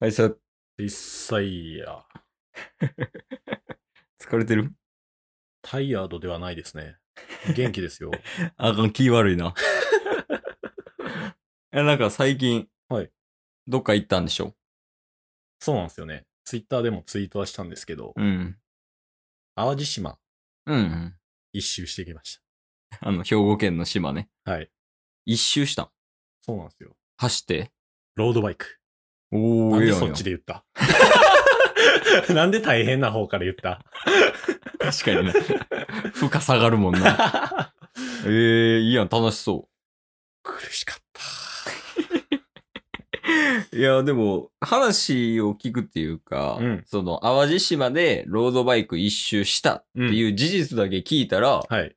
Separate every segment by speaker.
Speaker 1: あいさ、
Speaker 2: 一切や、
Speaker 1: 疲れてる
Speaker 2: タイヤードではないで すね。元気ですよ。
Speaker 1: あかん、気悪 いな。え、なんか最近、
Speaker 2: はい。
Speaker 1: どっか行ったんでしょ
Speaker 2: そうなんですよね。ツイッターでもツイートはしたんですけど、
Speaker 1: うん。
Speaker 2: 淡路島
Speaker 1: うんうん。
Speaker 2: 一周してきまし
Speaker 1: あの、兵庫県の島ね。
Speaker 2: た。はい。
Speaker 1: 一周したん。
Speaker 2: そうなんですよ。
Speaker 1: 走って。
Speaker 2: ロードバイク。
Speaker 1: お
Speaker 2: なん
Speaker 1: ええ
Speaker 2: で
Speaker 1: やん
Speaker 2: そっちで言った なんで大変な方から言った
Speaker 1: 確かにな。 負荷下がるもんな。 ええいいやん、楽しそ
Speaker 2: 苦しかった。
Speaker 1: う。いや、でも、話を聞くっていうか、
Speaker 2: うん
Speaker 1: その、淡路島でロードバイク一周したっていう事実だけ聞いたら、
Speaker 2: はい。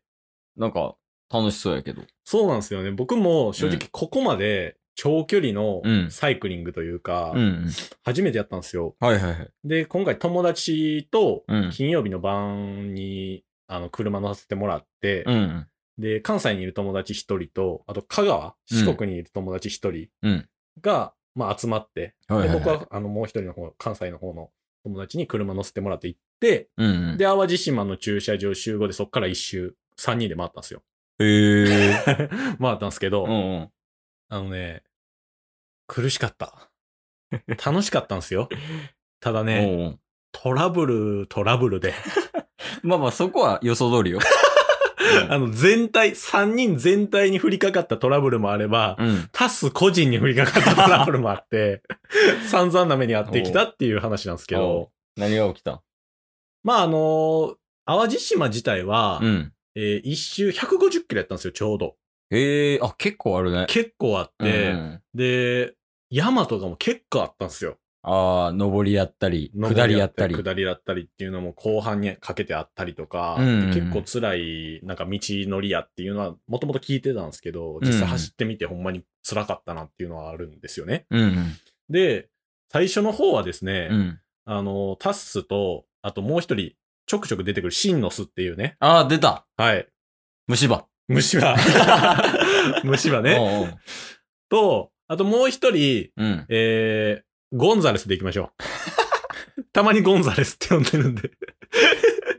Speaker 1: なんか、楽しそうやけど。
Speaker 2: そうなんですよね。僕も正
Speaker 1: うん
Speaker 2: 直ここまで長距離の
Speaker 1: うん
Speaker 2: サイクリングというか、
Speaker 1: うん。
Speaker 2: 初めてやったんですよ。
Speaker 1: はいはいはい。
Speaker 2: で、今回友達と
Speaker 1: うん
Speaker 2: 金曜日の晩に、あの、車乗せてもらって、
Speaker 1: うん。
Speaker 2: で、関西にいる友達一人と、あと香川、
Speaker 1: うん
Speaker 2: 四国にいる友達一人
Speaker 1: うん
Speaker 2: が、まあ集まって、
Speaker 1: はいはいは
Speaker 2: で
Speaker 1: い
Speaker 2: 僕はあのもう一人の方、関西の方の友達に車乗せてもらって行って、
Speaker 1: うんうん。
Speaker 2: で、淡路島の駐車場集合でそっから一周、三人で回ったんですよ。
Speaker 1: へえ。
Speaker 2: 回ったんですけど、
Speaker 1: うんうん。
Speaker 2: あのね、苦しかった。楽しかったんですよ。ただね、
Speaker 1: おうおう
Speaker 2: トラブル、トラブルで、
Speaker 1: まあまあ、そこは予想通り よ。
Speaker 2: あの全体、3人全体に降りかかったトラブルもあれば、
Speaker 1: うん。
Speaker 2: タス個人に降りかかったトラブルもあ って、散々な目に遭ってきたっていう話なんですけ
Speaker 1: おう
Speaker 2: ど、
Speaker 1: 何が起きた
Speaker 2: まああの、淡路島自体は、
Speaker 1: うん。
Speaker 2: えー一周150キロやったんですよ、ちょうど。
Speaker 1: へえ、あ、結構あるね。
Speaker 2: 結構あって、
Speaker 1: うん
Speaker 2: で、山とかも結構あったんですよ。
Speaker 1: ああ、上りやったり、下りやったり。
Speaker 2: 下りやったりっていうのも後半にかけてあったりとか、
Speaker 1: うんうんうん
Speaker 2: で結構辛い、なんか道のりやっていうのはもともと聞いてたんですけど、実
Speaker 1: うんうん
Speaker 2: 際走ってみてほんまに辛かったなっていうのはあるんですよね。
Speaker 1: うん
Speaker 2: で、最初の方はですね、
Speaker 1: うん。うん。
Speaker 2: あの、タッスと、あともう一人、ちょくちょく出てくるシンノスっていうね。
Speaker 1: ああ、出た
Speaker 2: はい。
Speaker 1: 虫歯。
Speaker 2: 虫 歯。虫歯ね。
Speaker 1: おうおう
Speaker 2: と、あともう一人、
Speaker 1: うん。
Speaker 2: えー、ゴンザレスでいきましょ う。たまにゴンザレスって呼んでるんで。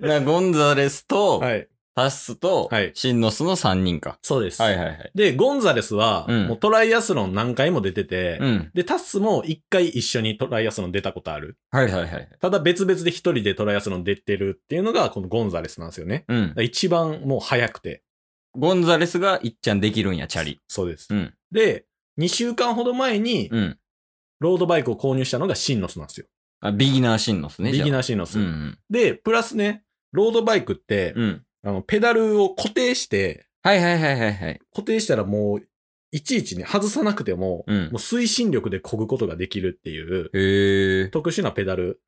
Speaker 1: なゴンザレスと、
Speaker 2: はい。
Speaker 1: タッスと、
Speaker 2: はい
Speaker 1: シンノスの3人か。
Speaker 2: そうです。
Speaker 1: はいはいはい。
Speaker 2: で、ゴンザレスは、
Speaker 1: うん
Speaker 2: もうトライアスロン何回も出てて、
Speaker 1: うん。
Speaker 2: で、タッスも一回一緒にトライアスロン出たことある。
Speaker 1: はいはいはい。
Speaker 2: ただ別々で一人でトライアスロン出てるっていうのが、このゴンザレスなんですよね。
Speaker 1: うん。
Speaker 2: 一番もう早くて。
Speaker 1: ゴンザレスがいっちゃんできるんや、チャリ。
Speaker 2: そうです。
Speaker 1: うん。
Speaker 2: で、2週間ほど前に、
Speaker 1: うん。
Speaker 2: ロードバイクを購入したのがシンノスなんですよ。
Speaker 1: あ、ビギナーシンノスね。
Speaker 2: ビ
Speaker 1: ー
Speaker 2: ギナーシンノス。
Speaker 1: うん
Speaker 2: で、プラスね、ロードバイクって、
Speaker 1: うん。うん。
Speaker 2: あの、ペダルを固定して、
Speaker 1: はいはいはいはいはい。
Speaker 2: 固定したらもう、いちいちね、外さなくても、
Speaker 1: うん
Speaker 2: もう推進力で漕ぐことができるっていう、
Speaker 1: へえ。
Speaker 2: 特殊なペダル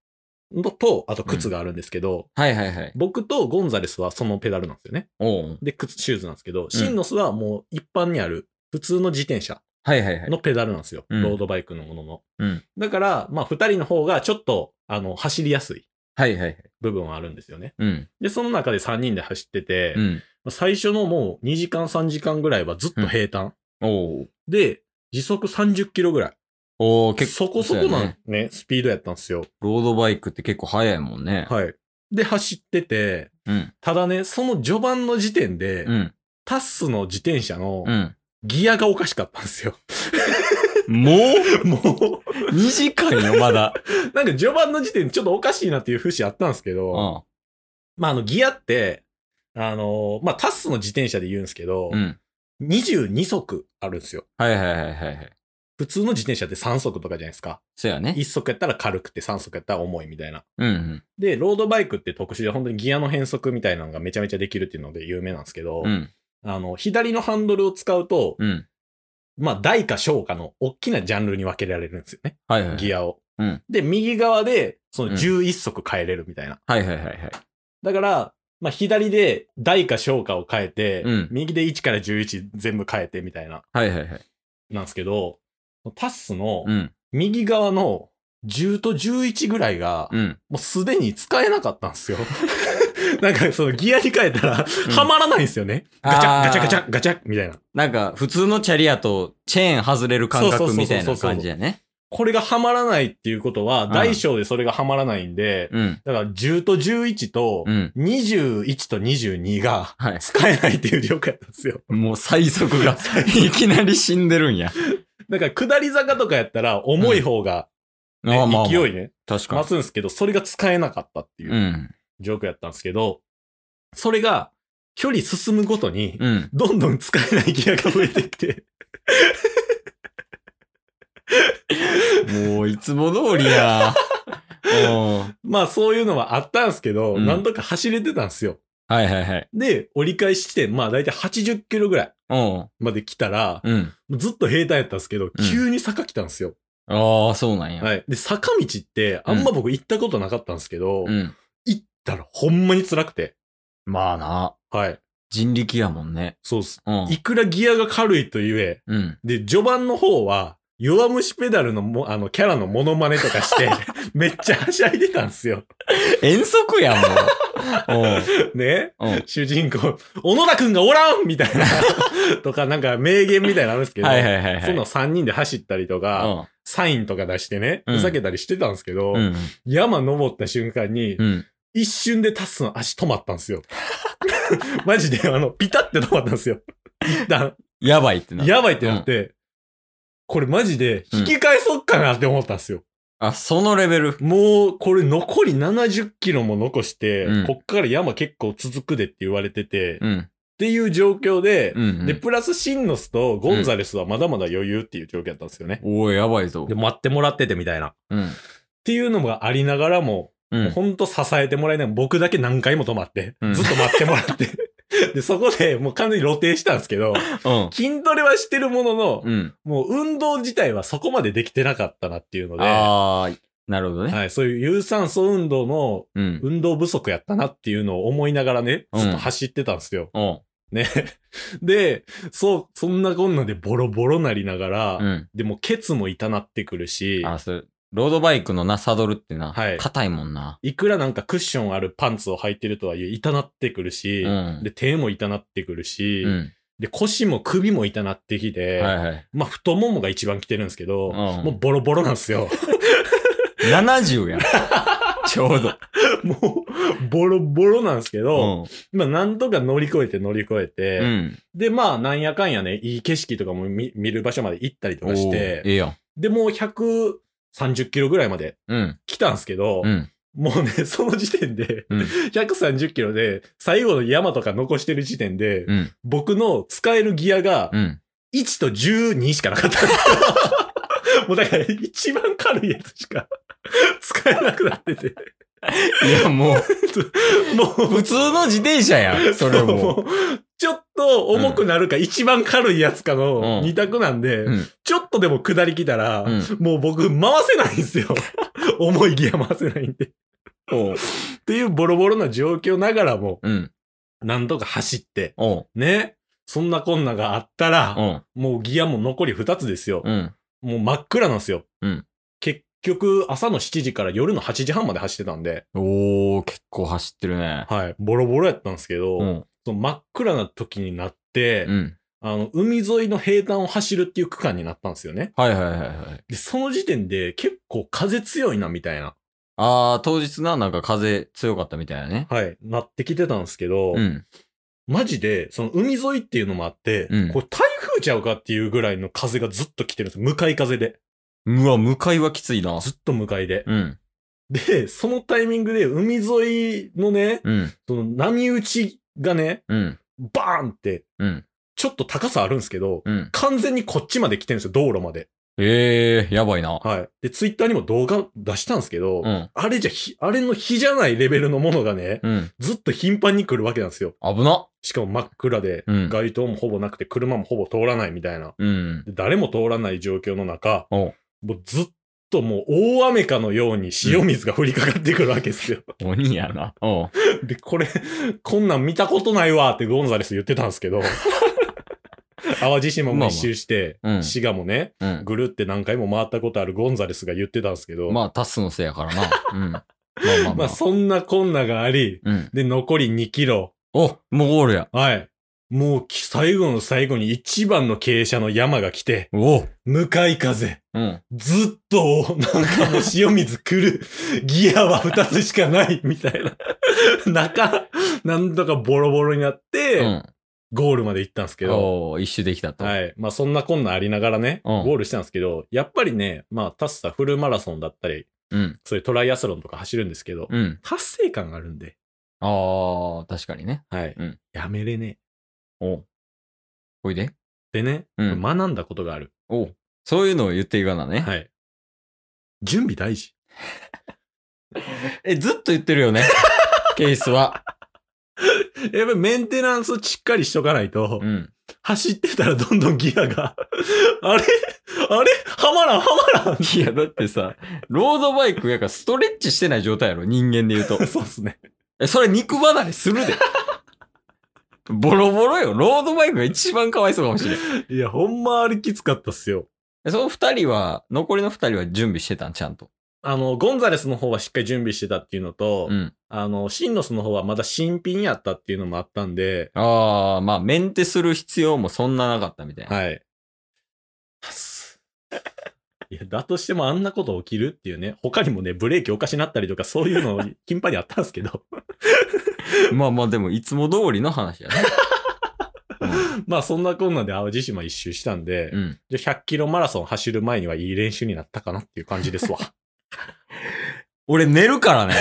Speaker 2: のと、あと靴があるんですけど、
Speaker 1: はいはいはい。
Speaker 2: 僕とゴンザレスはそのペダルなんですよね。
Speaker 1: おう
Speaker 2: で、靴、シューズなんですけど、シンノスはもう一般にある、普通の自転車
Speaker 1: はいはいはい。
Speaker 2: のペダルなんですよ。
Speaker 1: うん
Speaker 2: ロードバイクのものの。
Speaker 1: うん
Speaker 2: だから、まあ、二人の方がちょっと、あの、走りやすい
Speaker 1: はいはいはい。
Speaker 2: 部分はあるんですよね。
Speaker 1: うん。
Speaker 2: で、その中で3人で走ってて、
Speaker 1: うん。
Speaker 2: まあ最初のもう2時間3時間ぐらいはずっと平坦。
Speaker 1: おう
Speaker 2: で、時速30キロぐらい。
Speaker 1: おう結構
Speaker 2: そこそこ
Speaker 1: うや
Speaker 2: な
Speaker 1: ね。
Speaker 2: ね、スピードやったんですよ。
Speaker 1: ロードバイクって結構速いもんね。
Speaker 2: はい。で、走ってて、
Speaker 1: うん。
Speaker 2: ただね、その序盤の時点で、
Speaker 1: うん。
Speaker 2: タッスの自転車の
Speaker 1: うん。
Speaker 2: ギアがおかしかったんですよ。
Speaker 1: もう
Speaker 2: もう、
Speaker 1: ?2 時間よ、まだ。
Speaker 2: なんか序盤の時点でちょっとおかしいな っていう節あったんですけど、
Speaker 1: う
Speaker 2: まあ、あの、ギアって、あのーまあ、タッスの自転車で言うんですけど、
Speaker 1: ん。うん。
Speaker 2: 22足あるんですよ。
Speaker 1: はいはいはいはいはい。
Speaker 2: 普通の自転車って3足とかじゃないですか。
Speaker 1: そうやね
Speaker 2: 1。足やったら軽くて3足やったら重いみたいな。
Speaker 1: うんうん。
Speaker 2: で、ロードバイクって特殊で本当にギアの変速みたいなのがめちゃめちゃできるっていうので有名なんですけど、
Speaker 1: うん。
Speaker 2: あの、左のハンドルを使うと、
Speaker 1: うん。
Speaker 2: まあ、大か小かの大きなジャンルに分けられるんですよね。
Speaker 1: はいはい。
Speaker 2: ギアを。
Speaker 1: うん
Speaker 2: で、右側で、そ
Speaker 1: うん
Speaker 2: の11足変えれるみたいな。
Speaker 1: はいはいはいはい。
Speaker 2: だから、まあ、左で大か小かを変えて、
Speaker 1: うん
Speaker 2: 右で1から11全部変えてみたいな、
Speaker 1: はいはいはい。
Speaker 2: なんですけど、タスの
Speaker 1: うん。
Speaker 2: 右側の10と11ぐらいが、
Speaker 1: うん。
Speaker 2: もうすでに使えなかったんですよ。 なんかそのギアに変えたら、
Speaker 1: ん
Speaker 2: はまらないんですよね。ガチャ
Speaker 1: あー
Speaker 2: ガチャガチャガチャみたいな。
Speaker 1: なんか、普通のチャリやと、チェーン外れる感
Speaker 2: そうそ
Speaker 1: 覚
Speaker 2: うそうそう
Speaker 1: みたいな感じやね。
Speaker 2: これがハマらないっていうことは、
Speaker 1: ん
Speaker 2: 大小でそれがハマらないんで、
Speaker 1: うん。
Speaker 2: だから10と11と
Speaker 1: うん。
Speaker 2: 21と22が
Speaker 1: はい。
Speaker 2: 使えないっていう状況なんですよ。
Speaker 1: もう最速が、 いきなり死んでるんや。
Speaker 2: だから下り坂とかやったら重い方が、ね
Speaker 1: ああまあまあ
Speaker 2: 勢いね、
Speaker 1: 確か
Speaker 2: 増
Speaker 1: に。。
Speaker 2: すんですけど、それが使えなかったっていううん状況やったんですけど、それが距離進むごとに、
Speaker 1: うん。
Speaker 2: どんどん使えないギアが増えてきて、
Speaker 1: もう、いつも通り や。おう
Speaker 2: まあそういうのはあったんですけど、
Speaker 1: うん
Speaker 2: なんとか走れてたんですよ。
Speaker 1: はいはいはい。
Speaker 2: で、折り返し地点、まあ大体80キロぐらい
Speaker 1: おう
Speaker 2: まで来たら、
Speaker 1: うん。
Speaker 2: ずっと平坦やったんですけど、
Speaker 1: ん
Speaker 2: 急に坂来たんですよ。
Speaker 1: ああ、そうなんや。
Speaker 2: はい。で、坂道ってあんま僕行ったことなかったんですけど、
Speaker 1: うん。
Speaker 2: 行ったらほんまに辛くて。
Speaker 1: まあな。
Speaker 2: はい。
Speaker 1: 人力やもんね。
Speaker 2: そうっす。
Speaker 1: うん。
Speaker 2: いくらギアが軽いとゆえ、
Speaker 1: うん。
Speaker 2: で、序盤の方は、弱虫ペダルのも、あの、キャラのモノマネと かして、めっちゃはしゃいでたんですよ。
Speaker 1: 遠足やもん。おう
Speaker 2: ね
Speaker 1: おう
Speaker 2: 主人公、小野田くんがおらんみたいな、 とか、なんか名言みたいなのあるんですけど、
Speaker 1: はいはいはいはい。
Speaker 2: そんな3人で走ったりとか、サインとか出してね、
Speaker 1: うん
Speaker 2: ふざけたりしてたんですけ
Speaker 1: う
Speaker 2: ど、
Speaker 1: ん。うん。
Speaker 2: 山登った瞬間に、
Speaker 1: うん。
Speaker 2: 一瞬でタスの足止まったん ですよ。マジで、あの、ピタって止まったんですよ。一旦、
Speaker 1: やばいってな。
Speaker 2: やばいってなって、これマジで引き返そうかなって思ったんですよ。
Speaker 1: あ、そのレベル。
Speaker 2: もう、これ残り70キロも残して、
Speaker 1: うん
Speaker 2: こっから山結構続くでって言われてて、っ
Speaker 1: うん。
Speaker 2: ていう状況で、
Speaker 1: うんうん。
Speaker 2: で、プラスシンノスとゴンザレスはまだまだ余裕っていう状況だったんですよね。
Speaker 1: おい、やばいぞ
Speaker 2: で、。待ってもらっててみたいな。っ
Speaker 1: うん。
Speaker 2: ていうのがありながらも、
Speaker 1: う。
Speaker 2: もうんほんと支えてもらえない。僕だけ何回も止まって、
Speaker 1: うん
Speaker 2: ずっと待ってもら って。で、そこでもう完全に露呈したんですけ
Speaker 1: う
Speaker 2: ど、
Speaker 1: ん。
Speaker 2: 筋トレはしてるものの、
Speaker 1: うん。
Speaker 2: もう運動自体はそこまでできてなかったなっていうので、は
Speaker 1: ああ、なるほどね。
Speaker 2: い、そういう有酸素運動の
Speaker 1: うん。
Speaker 2: 運動不足やったなっていうのを思いながらね、
Speaker 1: うん
Speaker 2: ずっと走ってたんですよ。
Speaker 1: おう
Speaker 2: ね。 で、そう、そんなこんなでボロボロなりながら、
Speaker 1: うん。
Speaker 2: でもケツも痛なってくるし、
Speaker 1: あ、それ、ロードバイクのな、サドルってな、
Speaker 2: はい
Speaker 1: 硬いもんな。
Speaker 2: いくらなんかクッションあるパンツを履いてるとはいえ、痛なってくるし、
Speaker 1: うん
Speaker 2: で、手も痛なってくるし、
Speaker 1: うん。
Speaker 2: で、腰も首も痛なってきて、
Speaker 1: はいはい。
Speaker 2: まあ、太ももが一番来てるんですけど、
Speaker 1: うん
Speaker 2: もうボロボロなんですよ。
Speaker 1: 70やん。 ちょうど。
Speaker 2: もう、ボロボロなんですけど、
Speaker 1: うん
Speaker 2: まあ、なんとか乗り越えて乗り越えて、
Speaker 1: うん。
Speaker 2: で、まあ、なんやかんやね、いい景色とかも見見る場所まで行ったりと
Speaker 1: お
Speaker 2: かし
Speaker 1: う
Speaker 2: て
Speaker 1: え、えやん。
Speaker 2: で、もう130キロぐらいまで
Speaker 1: うん。
Speaker 2: 来たんですけど、
Speaker 1: うん。
Speaker 2: もうね、 その時点で、
Speaker 1: うん
Speaker 2: 130キロで、最後の山とか残してる時点で、
Speaker 1: うん。
Speaker 2: 僕の使えるギアが、
Speaker 1: うん。
Speaker 2: 1と12しかなかった。 もうだから、一番軽いやつしか使えなくなってて。
Speaker 1: いや、も う、
Speaker 2: もう、
Speaker 1: 普通の自転車や ん。それも。
Speaker 2: うちょっと重くなるか、一番軽いやつか
Speaker 1: う
Speaker 2: の
Speaker 1: ん
Speaker 2: 二択なんで、
Speaker 1: うん
Speaker 2: ちょっとでも下り来たら、
Speaker 1: うん
Speaker 2: もう僕回せないんですよ。 重いギア回せないんで。
Speaker 1: おう
Speaker 2: っていうボロボロな状況ながらも、
Speaker 1: うん。
Speaker 2: 何度か走って、
Speaker 1: おう
Speaker 2: ね。そんなこんながあったら、
Speaker 1: おう
Speaker 2: もうギアも残り2つですよ。
Speaker 1: うん。
Speaker 2: もう真っ暗なんですよ。
Speaker 1: うん
Speaker 2: 結局、朝の7時から夜の8時半まで走ってたんで、
Speaker 1: おー、結構走ってるね。
Speaker 2: はい。ボロボロやったんですけど、
Speaker 1: うん。
Speaker 2: その真っ暗な時になって、
Speaker 1: うん。
Speaker 2: あの、海沿いの平坦を走るっていう区間になったんですよね。
Speaker 1: はいはいはいはい。
Speaker 2: で、その時点で結構風強いな、みたいな。
Speaker 1: あー、当日な、なんか風強かったみたいなね。
Speaker 2: はい。なってきてたんですけど、
Speaker 1: うん。
Speaker 2: マジで、その海沿いっていうのもあって、
Speaker 1: うん
Speaker 2: これ台風ちゃうかっていうぐらいの風がずっと来てるんです向かい風で。
Speaker 1: うわ、向かいはきついな。
Speaker 2: ずっと向かいで。
Speaker 1: うん。
Speaker 2: で、そのタイミングで海沿いのね、
Speaker 1: うん。
Speaker 2: その波打ちがね、
Speaker 1: うん。
Speaker 2: バーンって、
Speaker 1: うん。
Speaker 2: ちょっと高さあるんですけど、
Speaker 1: うん。
Speaker 2: 完全にこっちまで来てるんですよ、道路まで。
Speaker 1: えー、やばいな。
Speaker 2: はい。で、ツイッターにも動画出したんですけ
Speaker 1: う
Speaker 2: ど、
Speaker 1: ん。
Speaker 2: あれじゃひ、あれの日じゃないレベルのものがね、
Speaker 1: うん。
Speaker 2: ずっと頻繁に来るわけなんですよ。
Speaker 1: 危な。
Speaker 2: しかも真っ暗で、
Speaker 1: うん。
Speaker 2: 街灯もほぼなくて、車もほぼ通らないみたいな。
Speaker 1: うん。
Speaker 2: で誰も通らない状況の中、
Speaker 1: おう
Speaker 2: もうずっともう大雨かのように塩水が降りかかってくるわけです よ。
Speaker 1: 鬼やな。おう
Speaker 2: で、これ、こんなん見たことないわってゴンザレス言ってたんですけど、 淡路島も一周して、
Speaker 1: まあまあうん
Speaker 2: 滋賀もね、
Speaker 1: うん。
Speaker 2: ぐるって何回も回ったことあるゴンザレスが言ってたんですけど、
Speaker 1: まあ、タスのせいや からな。うん。まあまあま
Speaker 2: まあ
Speaker 1: あ。
Speaker 2: そんなこんながあり、
Speaker 1: うん。
Speaker 2: で、残り2キロ。
Speaker 1: おもうゴールや。
Speaker 2: はい。もうき最後の最後に一番の傾斜の山が来て、
Speaker 1: おう
Speaker 2: 向かい風。
Speaker 1: うん。
Speaker 2: ずっと、なんかもう塩水来る、 ギアは二つしかない、みたいな。 中、なんとかボロボロになって、
Speaker 1: うん。
Speaker 2: ゴールまで行ったんですけど、
Speaker 1: おー一周できたと。
Speaker 2: はい。まあそんなこんなありながらね、
Speaker 1: うん
Speaker 2: ゴールしたんですけど、やっぱりね、まあタッサフルマラソンだったり、
Speaker 1: うん。
Speaker 2: そういうトライアスロンとか走るんですけど、
Speaker 1: うん。
Speaker 2: 達成感があるんで、
Speaker 1: ああ、確かにね。
Speaker 2: はい。
Speaker 1: うん
Speaker 2: やめれね
Speaker 1: おうおいで。
Speaker 2: え。でね、
Speaker 1: うん
Speaker 2: 学んだことがある。
Speaker 1: おうそういうのを言っていかなね。
Speaker 2: はい。準備大事。
Speaker 1: え、ずっと言ってるよ ね。ケースは。
Speaker 2: やっぱりメンテナンスしっかりしとかないと、
Speaker 1: うん。
Speaker 2: 走ってたらどんどんギアが、 あれあれはまらん、はまらん。
Speaker 1: いや、だってさ、ロードバイクやからストレッチしてない状態やろ、人間で言うと。
Speaker 2: そうっすね。
Speaker 1: え、それ肉離れする で。ボロボロよ。ロードバイクが一番かわいそうかもしれん。
Speaker 2: いや、ほんまあれきつかったっすよ。
Speaker 1: えその二人は、残りの二人は準備してたん、ちゃんと。
Speaker 2: あの、ゴンザレスの方はしっかり準備してたっていうのと、
Speaker 1: うん。
Speaker 2: あの、シンノスの方はまだ新品やったっていうのもあったんで、
Speaker 1: ああ、まあ、メンテする必要もそんななかったみたいな。
Speaker 2: はい。はっす いや、だとしてもあんなこと起きるっていうね、他にもね、ブレーキおかしなったりとかそういうの 頻繁にあったんですけど、
Speaker 1: まあまあ、でも、いつも通りの話やね。
Speaker 2: まあそんなこんなんで淡路島一周したんで、
Speaker 1: うん。
Speaker 2: じゃあ100キロマラソン走る前にはいい練習になったかなっていう感じですわ。
Speaker 1: 俺寝るからね。